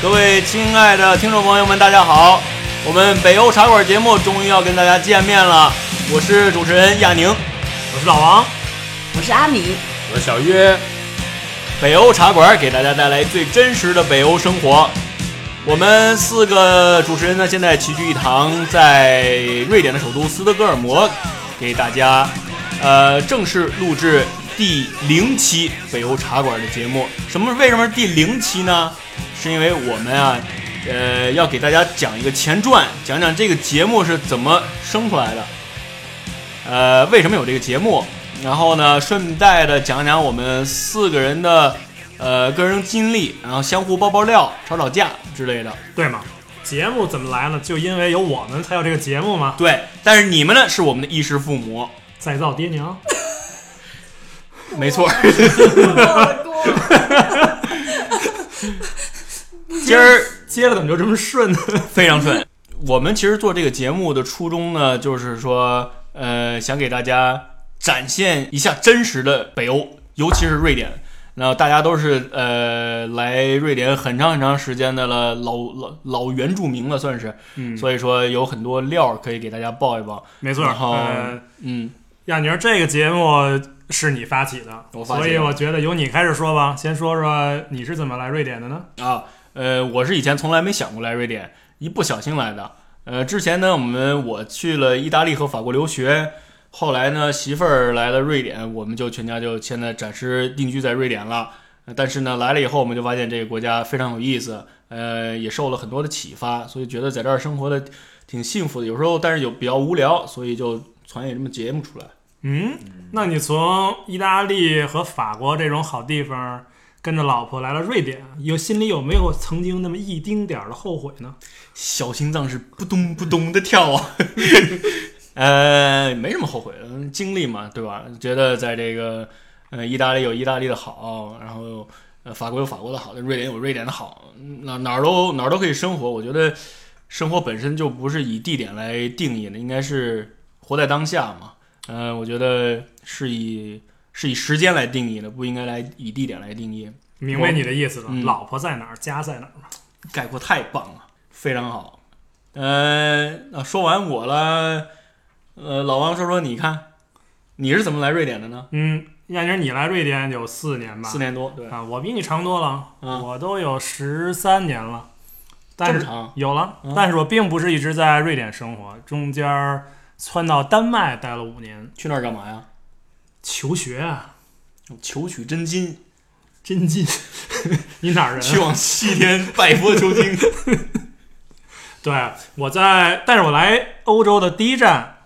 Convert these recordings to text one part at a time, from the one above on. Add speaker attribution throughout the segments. Speaker 1: 各位亲爱的听众朋友们，大家好！我们北欧茶馆节目终于要跟大家见面了，我是主持人亚宁。
Speaker 2: 我是老王，
Speaker 3: 我是阿米，
Speaker 2: 我是小约，
Speaker 1: 北欧茶馆给大家带来最真实的北欧生活。我们四个主持人呢，现在齐聚一堂，在瑞典的首都斯德哥尔摩，给大家呃正式录制第零期北欧茶馆的节目。什么？为什么是第零期呢？是因为我们啊，呃，要给大家讲一个前传，讲讲这个节目是怎么生出来的。呃，为什么有这个节目？然后呢，顺带的讲讲我们四个人的呃个人经历，然后相互爆爆料、吵吵架之类的。
Speaker 2: 对吗？节目怎么来呢？就因为有我们才有这个节目嘛。
Speaker 1: 对，但是你们呢，是我们的衣食父母，
Speaker 2: 再造爹娘，
Speaker 1: 没 错。今儿
Speaker 2: 接着怎么就这么顺呢？
Speaker 1: 非常顺。我们其实做这个节目的初衷呢，就是说，呃，想给大家展现一下真实的北欧，尤其是瑞典。那大家都是呃来瑞典很长很长时间的了，老老老原住民了，算是。
Speaker 2: 嗯
Speaker 1: 所以说有很多料可以给大家报一报。
Speaker 2: 没错。
Speaker 1: 然后
Speaker 2: 呃，
Speaker 1: 嗯，
Speaker 2: 亚宁，这个节目是你发起的，
Speaker 1: 我发起的
Speaker 2: 所以我觉得由你开始说吧。先说说你是怎么来瑞典的呢？
Speaker 1: 啊，呃，我是以前从来没想过来瑞典，一不小心来的。呃，之前呢，我们我去了意大利和法国留学，后来呢，媳妇儿来了瑞典，我们就全家就现在暂时定居在瑞典了。呃但是呢，来了以后，我们就发现这个国家非常有意思，呃，也受了很多的启发，所以觉得在这儿生活的挺幸福的。有时候，但是有比较无聊，所以就传也这么节目出来。
Speaker 2: 嗯，那你从意大利和法国这种好地方跟着老婆来了瑞典，有心里有没有曾经那么一丁点儿的后悔呢？
Speaker 1: 小心脏是扑咚扑咚的跳啊。呃，没什么后悔的，嗯经历嘛，对吧？觉得在这个呃意大利有意大利的好，然后呃法国有法国的好，瑞典有瑞典的好，嗯哪哪儿都哪儿都可以生活。我觉得生活本身就不是以地点来定义的，应该是活在当下嘛。呃，我觉得是以是以时间来定义的，不应该来以地点来定义。
Speaker 2: 明白你的意思了，
Speaker 1: 嗯
Speaker 2: 老婆在哪儿，家在哪儿嘛。
Speaker 1: 概括太棒了，非常好。呃，那说完我了，呃，老王说说你看，你是怎么来瑞典的呢？
Speaker 2: 嗯，亚宁，你来瑞典有四年吧？
Speaker 1: 四年多，对，
Speaker 2: 啊，我比你长多了，
Speaker 1: 嗯
Speaker 2: 我都有十三年了，
Speaker 1: 这
Speaker 2: 但
Speaker 1: 么
Speaker 2: 是
Speaker 1: 长，
Speaker 2: 有了，
Speaker 1: 嗯
Speaker 2: 但是我并不是一直在瑞典生活，中间儿窜到丹麦待了五年，
Speaker 1: 去那儿干嘛呀？
Speaker 2: 求学啊，
Speaker 1: 求取真经，
Speaker 2: 真金， 你哪儿人、
Speaker 1: 去
Speaker 2: 啊？
Speaker 1: 往西天拜佛求 经。
Speaker 2: 对，我在，但是我来欧洲的第一站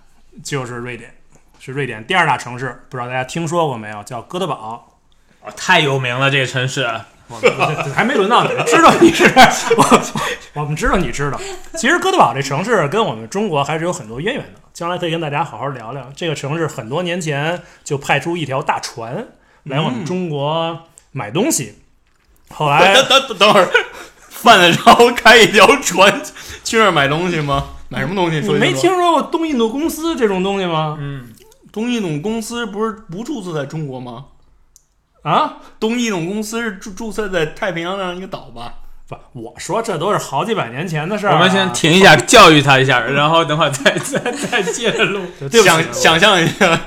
Speaker 2: 就是瑞典，是瑞典第二大城市，不知道大家听说过没有？叫哥德堡。
Speaker 4: 啊太有名了，这个城市。
Speaker 2: 我们这这还没轮到你，知道你是我，我们知道你知道。其实哥德堡这城市跟我们中国还是有很多渊源的，将来可以跟大家好好聊聊。这个城市很多年前就派出一条大船来我
Speaker 4: 嗯
Speaker 2: 们中国买东西，后 来
Speaker 1: 等等等会儿，犯得着开一条船去那儿买东西吗？买什么东西？
Speaker 2: 你
Speaker 1: 说
Speaker 2: 没
Speaker 1: 清楚
Speaker 2: 听说过东印度公司这种东西吗？
Speaker 4: 嗯，
Speaker 1: 东印度公司不是不注册在中国吗？
Speaker 2: 啊，
Speaker 1: 东印度公司是注注册在太平洋上一个岛吧？
Speaker 2: 不，我说这都是好几百年前的事儿啊、
Speaker 4: 我们先停一下，教育他一下，然后等会儿再再再接着录。
Speaker 2: 对对不起
Speaker 1: 想想象一下，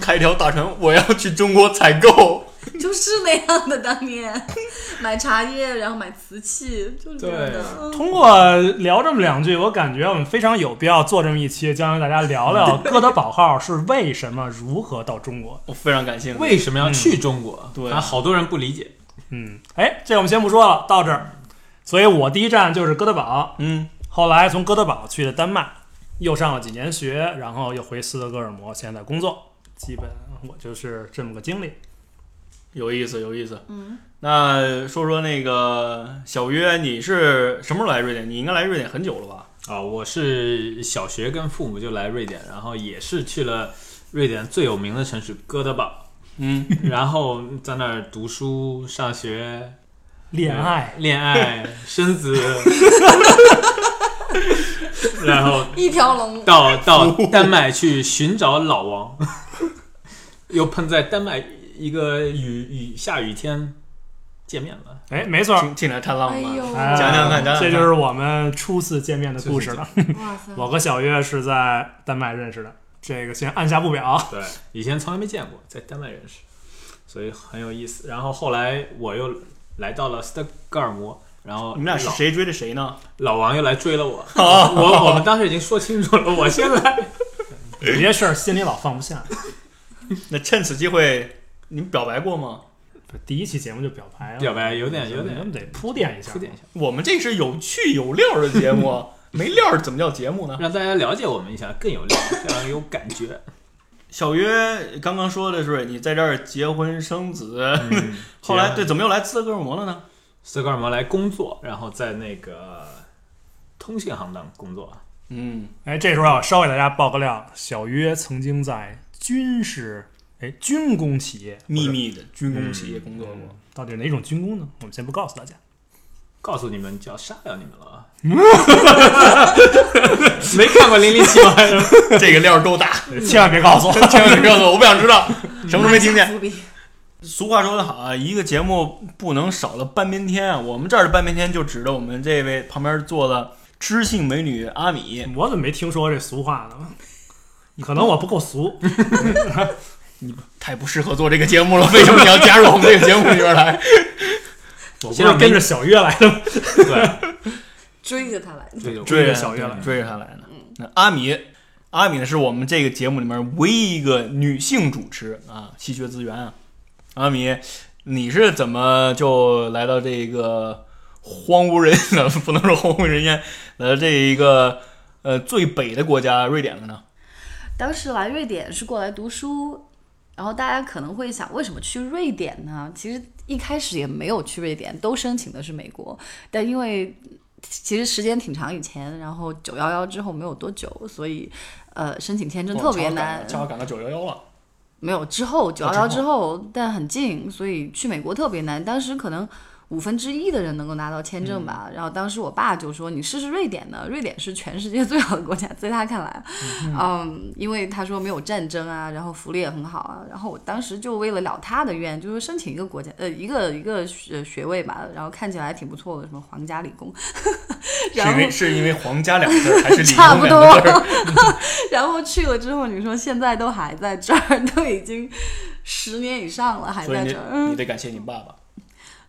Speaker 1: 开一条大船，我要去中国采购，
Speaker 3: 就是那样的。当年 买茶叶，然后买瓷器，就是这样的。嗯
Speaker 2: 通过聊这么两句，我感觉我们非常有必要做这么一期，将跟大家聊聊哥德堡号是为什么如何到中国。
Speaker 1: 我非常感兴趣。
Speaker 4: 为什么要去中国？
Speaker 1: 对
Speaker 4: 啊，好多人不理解。
Speaker 2: 嗯，哎，这我们先不说了，到这儿。所以我第一站就是哥德堡，
Speaker 1: 嗯，
Speaker 2: 后来从哥德堡去的丹麦，又上了几年学，然后又回斯德哥尔摩，现在工作，基本我就是这么个经历。
Speaker 1: 有意思，有意思。
Speaker 3: 嗯，
Speaker 1: 那说说那个小约，你是什么时候来瑞典？你应该来瑞典很久了吧？
Speaker 4: 啊、我是小学跟父母就来瑞典，然后也是去了瑞典最有名的城市哥德堡，
Speaker 1: 嗯，
Speaker 4: 然后在那儿读书、上学、
Speaker 2: 恋爱，
Speaker 4: 恋爱、生 子，然后
Speaker 3: 一条龙。
Speaker 4: 到到丹麦去寻找老王，又碰在丹麦一个雨雨下雨天，见面吧。
Speaker 2: 哎，没错，
Speaker 1: 进进来探浪
Speaker 3: 哎
Speaker 1: 吗？
Speaker 3: 呦，
Speaker 2: 哎
Speaker 1: 讲讲看讲讲看
Speaker 2: 这就是我们初次见面的故事了。
Speaker 3: 哇塞，
Speaker 2: 我和小月是在丹麦认识的，这个先按下不 表。
Speaker 4: 对，啊以前从来没见过，在丹麦认识，所以很有意思。然后后来我又来到了斯德哥尔摩，然后
Speaker 1: 你们俩是
Speaker 4: 老
Speaker 1: 谁哦追的谁呢？
Speaker 4: 老王又来追 了我，我我们当时已经说清楚了，我先来。
Speaker 2: 有些事儿心里老放不下。
Speaker 1: 那趁此机会，你们表白过吗？
Speaker 2: 第一期节目就表白了，
Speaker 4: 表白有点有
Speaker 2: 咱
Speaker 4: 点
Speaker 2: 们得铺垫一下，
Speaker 4: 铺垫一下，
Speaker 1: 我们这是有趣有料的节目， 没料儿怎么叫节目呢？
Speaker 4: 让大家了解我们一下，更有料，这样有感觉。
Speaker 1: 小约刚刚说的是你在这儿结婚生子，
Speaker 4: 嗯
Speaker 1: 后来对，怎么又来斯德哥尔摩了呢？
Speaker 4: 斯德哥尔摩来工作，然后在那个通信行当工作。
Speaker 1: 嗯，
Speaker 2: 哎，这时候要稍微给大家爆个料，小约曾经在军事哎军工企业
Speaker 1: 秘密的军工企业工作过，
Speaker 2: 到底是哪种军工呢？我们先不告诉大 家。
Speaker 4: 告诉你们，就要杀掉你们 了啊！没看过《零零七》吗？
Speaker 1: 这个料儿够大，
Speaker 2: 千万别告诉我。
Speaker 1: 千万别告诉我，我不想知道，什么都没听见。
Speaker 3: 伏 笔，
Speaker 1: 嗯俗话说得好啊，一个节目不能少了半边天啊。我们这儿的半边天就指着我们这位旁边坐的知性美女阿米，
Speaker 2: 我怎么没听说过这俗话呢？可能我不够 俗。
Speaker 1: 太不适合做这个节目了。为什么你要加入我们这个节目里边来？
Speaker 2: 我不是跟着小月来的吗？
Speaker 4: 对，
Speaker 3: 追着他来的，
Speaker 4: 这个
Speaker 2: 追着小月来
Speaker 1: 追啊着她来呢。
Speaker 3: 嗯
Speaker 1: 那阿米，阿米呢是我们这个节目里面唯一一个女性主持啊，稀缺资源啊。阿米，你是怎么就来到这个荒无人 不能说荒无人烟，来到这一个呃最北的国家瑞典了呢？
Speaker 3: 当时来瑞典是过来读书，然后大家可能会想，为什么去瑞典呢？其实一开始也没有去瑞典，都申请的是美国，但因为其实时间挺长以前，然后九幺幺之后没有多久，所以呃，申请签证特别难。
Speaker 1: 正好赶到九幺幺了。
Speaker 3: 没有之
Speaker 1: 哦
Speaker 3: 后九幺幺之后，但很近，所以去美国特别难。当时可能五分之一的人能够拿到签
Speaker 1: 嗯
Speaker 3: 证吧。然后当时我爸就说：“你试试瑞典的，瑞典是全世界最好的国家，在他看来，嗯因为他说没有战争啊，然后福利也很好啊。”然后我当时就为了了他的愿，就是申请一个国家呃一个一个学学位吧，然后看起来还挺不错的，什么皇家理工，
Speaker 1: 是
Speaker 3: 然
Speaker 1: 因
Speaker 3: 后
Speaker 1: 为是因为皇家两个字儿还是理
Speaker 3: 差
Speaker 1: 工
Speaker 3: 不
Speaker 1: 两个字儿？
Speaker 3: 然后去了之后，你说现在都还在这儿，都已经十年以上了，还
Speaker 1: 所以
Speaker 3: 在
Speaker 1: 你
Speaker 3: 这儿。 嗯
Speaker 1: 你得感谢你爸爸。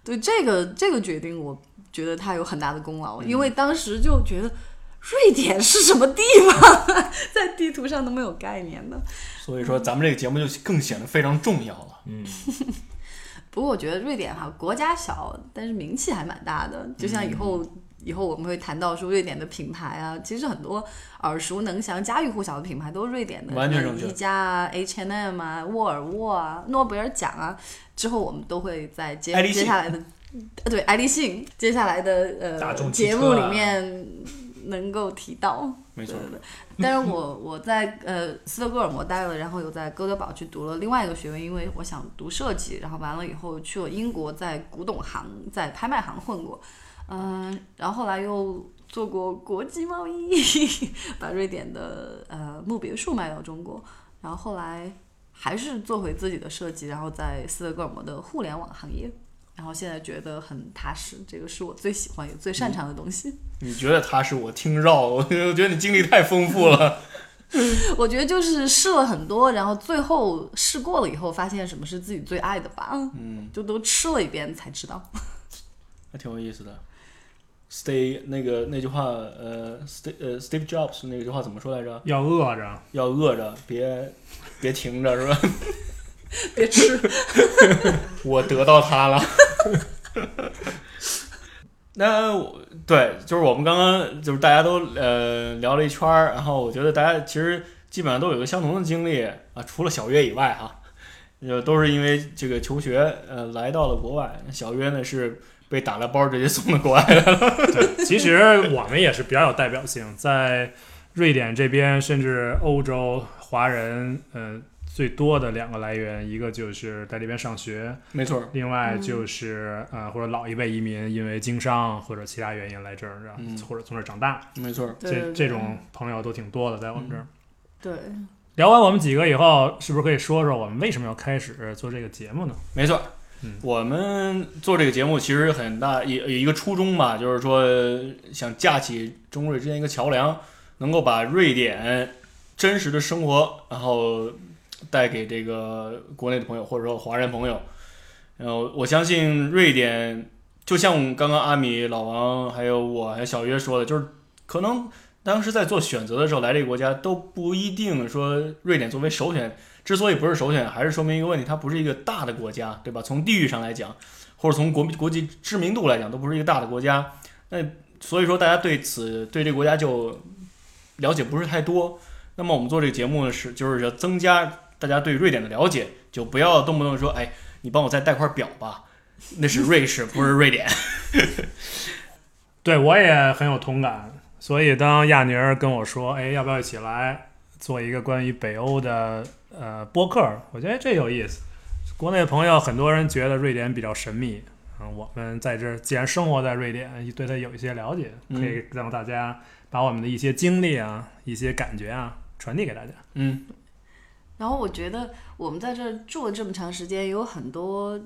Speaker 3: 对这个这个决定，我觉得他有很大的功劳，因为当时就觉得瑞典是什么地方， 在地图上都没有概念的。
Speaker 1: 所以说咱们这个节目就更显得非常重要了。
Speaker 4: 嗯，
Speaker 3: 不过我觉得瑞典哈、国家小，但是名气还蛮大的。就像以后、
Speaker 1: 嗯
Speaker 3: 以后我们会谈到说瑞典的品牌啊，其实很多耳熟能详、家喻户晓的品牌都是瑞典的，
Speaker 1: 完全
Speaker 3: 什么
Speaker 1: 正确
Speaker 3: 宜家啊、H&M 啊、沃尔沃啊、诺贝尔奖啊，之后我们都会在接
Speaker 1: 爱立信
Speaker 3: 接下来的呃对爱立信接下来的
Speaker 4: 大
Speaker 3: 呃
Speaker 4: 众汽车
Speaker 3: 节
Speaker 4: 啊
Speaker 3: 目里面能够提到。
Speaker 1: 没错
Speaker 3: 对，对对。但是我我在呃斯德哥尔摩待了，然后又在哥德堡去读了另外一个学位，因为我想读设计。然后完了以后去了英国，在古董行、在拍卖行混过，嗯、然后后来又做过国际贸易， 把瑞典的呃木别墅卖到中国，然后后来还是做回自己的设计，然后在斯德哥尔摩的互联网行业。然后现在觉得很踏实，这个是我最喜欢也最
Speaker 1: 嗯
Speaker 3: 擅长的东西。
Speaker 1: 你觉得他是我听绕， 我觉得你经历太丰富了。
Speaker 3: 我觉得就是试了很多，然后最后试过了以后，发现什么是自己最爱的吧，
Speaker 1: 嗯，
Speaker 3: 就都吃了一遍才知道。
Speaker 1: 还挺有意思的。Stay 那个那句话，呃，Stay 呃，Steve Jobs 那句话怎么说来着？
Speaker 2: 要饿着，
Speaker 1: 要饿着，别别停着，是吧？
Speaker 3: 别吃，
Speaker 1: 我得到它 了。那我对，就是我们刚刚就是大家都呃聊了一圈儿，然后我觉得大家其实基本上都有一个相同的经历啊，除了小月以外哈，呃都是因为这个求学呃来到了国外。小月呢是被打了包直接送到国外了，
Speaker 2: 其实我们也是比较有代表性，在瑞典这边，甚至欧洲华人，嗯、最多的两个来源，一个就是在这边上学，
Speaker 1: 没错儿，
Speaker 2: 另外
Speaker 3: 嗯
Speaker 2: 就是、呃，或者老一辈移民因为经商或者其他原因来这儿，然后、
Speaker 1: 嗯
Speaker 2: 或者从这儿长大，
Speaker 1: 没错儿。
Speaker 3: 对对
Speaker 2: 这这种朋友都挺多的，在我们这儿。
Speaker 3: 对，
Speaker 2: 聊完我们几个以后，是不是可以说说我们为什么要开始做这个节目呢？
Speaker 1: 没错，
Speaker 4: 嗯
Speaker 1: 我们做这个节目其实很大也有一个初衷吧，就是说想架起中瑞之间一个桥梁，能够把瑞典真实的生活，然后带给这个国内的朋友或者说华人朋友。然后我相信瑞典，就像刚刚阿米、老王还有我还有小约说的，就是可能当时在做选择的时候，来这个国家都不一定说瑞典作为首选。之所以不是首选，还是说明一个问题，它不是一个大的国家，对吧？从地域上来讲，或者从国国际知名度来讲，都不是一个大的国家。那所以说，大家对此对这个国家就了解不是太多。那么我们做这个节目呢，是就是要增加大家对瑞典的了解，就不要动不动说，哎，你帮我再带块表吧，那是瑞士，不是瑞典。
Speaker 2: 对我也很有同感。所以当亚尼儿跟我说：“哎，要不要一起来做一个关于北欧的呃播客？”我觉得这有意思。国内的朋友很多人觉得瑞典比较神秘，嗯，我们在这儿既然生嗯活在瑞典，对它有一些了解，嗯可以让大家把我们的一些经历啊、一些感觉啊传递给大家。
Speaker 1: 嗯，
Speaker 3: 然后我觉得我们在这儿住了这么长时间，也有很多，就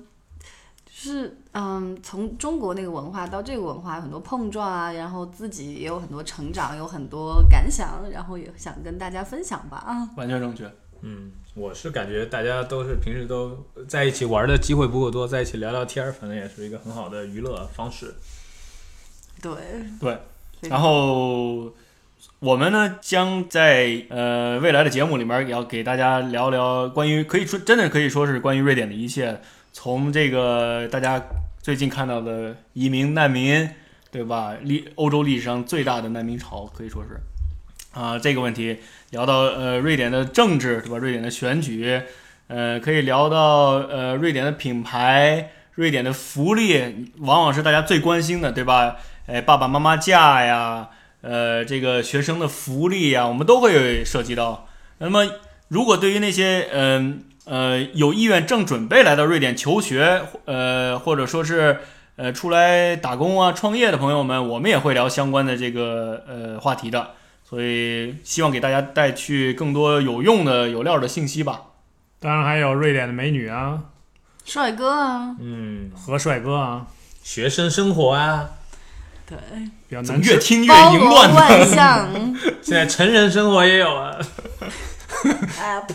Speaker 3: 是嗯，从中国那个文化到这个文化有很多碰撞啊，然后自己也有很多成长，有很多感想，然后也想跟大家分享吧 啊。
Speaker 1: 完全正确。
Speaker 4: 嗯，我是感觉大家都是平时都在一起玩的机会不够多，在一起聊聊天儿，反正也是一个很好的娱乐方式。
Speaker 3: 对，对
Speaker 1: 然后我们呢，将在呃未来的节目里面也要给大家聊聊关于可以说真的可以说是关于瑞典的一切，从这个大家最近看到的移民难民，对吧？历欧洲历史上最大的难民潮可以说是啊、这个问题聊到呃瑞典的政治，对吧？瑞典的选举，呃，可以聊到呃瑞典的品牌。瑞典的福利往往是大家最关心的，对吧？哎，爸爸妈妈假呀，呃，这个学生的福利呀，我们都会涉及到。那么，如果对于那些嗯呃有意愿正准备来到瑞典求学，呃，或者说是呃出来打工啊、创业的朋友们，我们也会聊相关的这个呃话题的。所以，希望给大家带去更多有用的、有料的信息吧。
Speaker 2: 当然还有瑞典的美女啊
Speaker 3: 帅哥啊，
Speaker 4: 嗯，
Speaker 2: 和帅哥啊，
Speaker 4: 学生生活啊，
Speaker 3: 对，
Speaker 2: 比较
Speaker 1: 怎
Speaker 2: 难
Speaker 1: 么
Speaker 2: 吃
Speaker 1: 越听越
Speaker 3: 包
Speaker 1: 淫
Speaker 3: 罗
Speaker 1: 乱 呢？
Speaker 3: 万象
Speaker 4: 现在成人生活也有啊。
Speaker 3: ，app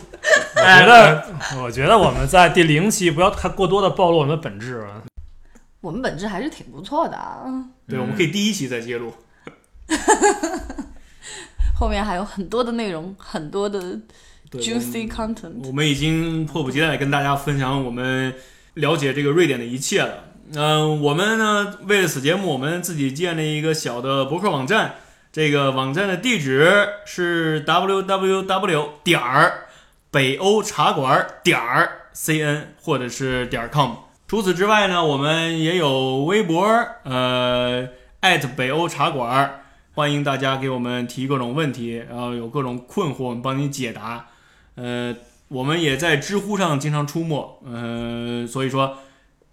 Speaker 2: 我觉得，我觉得我们在第零期不要太过多的暴露我们的本质啊。
Speaker 3: 我们本质还是挺不错的啊，
Speaker 1: 对，我们可以第一期再揭露。
Speaker 3: 后面还有很多的内容，很多的
Speaker 1: 对我们
Speaker 2: 嗯
Speaker 3: juicy content。
Speaker 1: 我们已经迫不及待地跟大家分享我们了解这个瑞典的一切了。嗯、我们呢为了此节目，我们自己建了一个小的博客网站。这个网站的地址是 www 点儿北欧茶馆点儿 cn 或者是点儿 com。除此之外呢，我们也有微博，呃，@北欧茶馆，欢迎大家给我们提各种问题，然后有各种困惑，我们帮你解答。呃，我们也在知乎上经常出没，呃，所以说，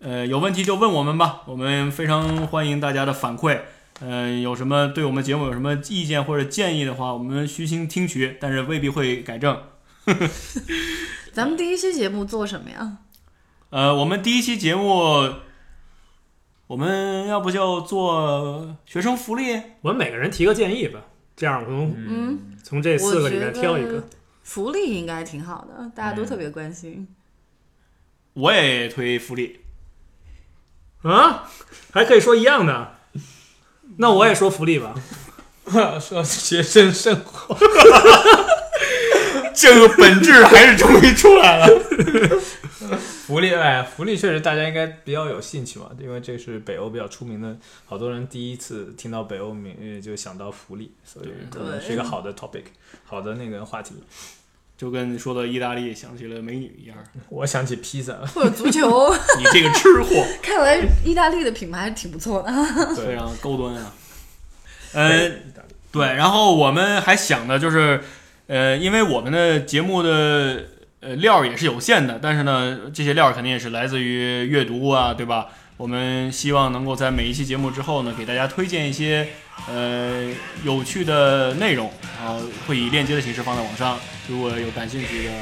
Speaker 1: 呃，有问题就问我们吧，我们非常欢迎大家的反馈。呃，有什么对我们节目有什么意见或者建议的话，我们虚心听取，但是未必会改正。
Speaker 3: 咱们第一期节目做什么呀？
Speaker 1: 呃，我们第一期节目，我们要不就做学生福利？
Speaker 2: 我们每个人提个建议吧，这样我们
Speaker 3: 嗯，
Speaker 2: 从这四
Speaker 3: 我
Speaker 2: 个里
Speaker 3: 觉
Speaker 2: 面
Speaker 3: 得
Speaker 2: 挑一个。
Speaker 3: 福利应该挺好的，大家都
Speaker 4: 嗯
Speaker 3: 特别关心。
Speaker 1: 我也推福利，
Speaker 2: 啊，还可以说一样的。那我也说福利吧，
Speaker 4: 说学生生活，
Speaker 1: 这个本质还是终于出来了。
Speaker 4: 福利哎，福利确实大家应该比较有兴趣嘛，因为这是北欧比较出名的，好多人第一次听到北欧名呃就想到福利，所以可能是一个好的 topic，好的那个话题。
Speaker 1: 就跟你说的意大利想起了美女一样，
Speaker 4: 我想起披萨，
Speaker 3: 或者足球，
Speaker 1: 你这个吃货。
Speaker 3: 看来意大利的品牌还是挺不错的。
Speaker 1: 非
Speaker 4: 对，
Speaker 1: 常高端啊。呃，对，然后我们还想的就是，呃，因为我们的节目的呃料儿也是有限的，但是呢，这些料儿肯定也是来自于阅读啊，对吧？我们希望能够在每一期节目之后呢，给大家推荐一些呃有趣的内容，然后会以链接的形式放在网上。如果有感兴趣的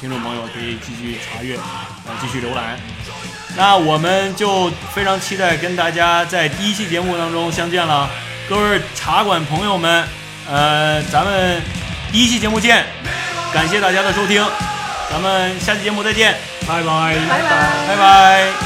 Speaker 1: 听众朋友，可以继续查阅，呃，继续浏览。那我们就非常期待跟大家在第一期节目当中相见了，各位茶馆朋友们，呃，咱们第一期节目见，感谢大家的收听，咱们下期节目再见，
Speaker 2: 拜拜。
Speaker 3: 拜拜
Speaker 1: 拜拜。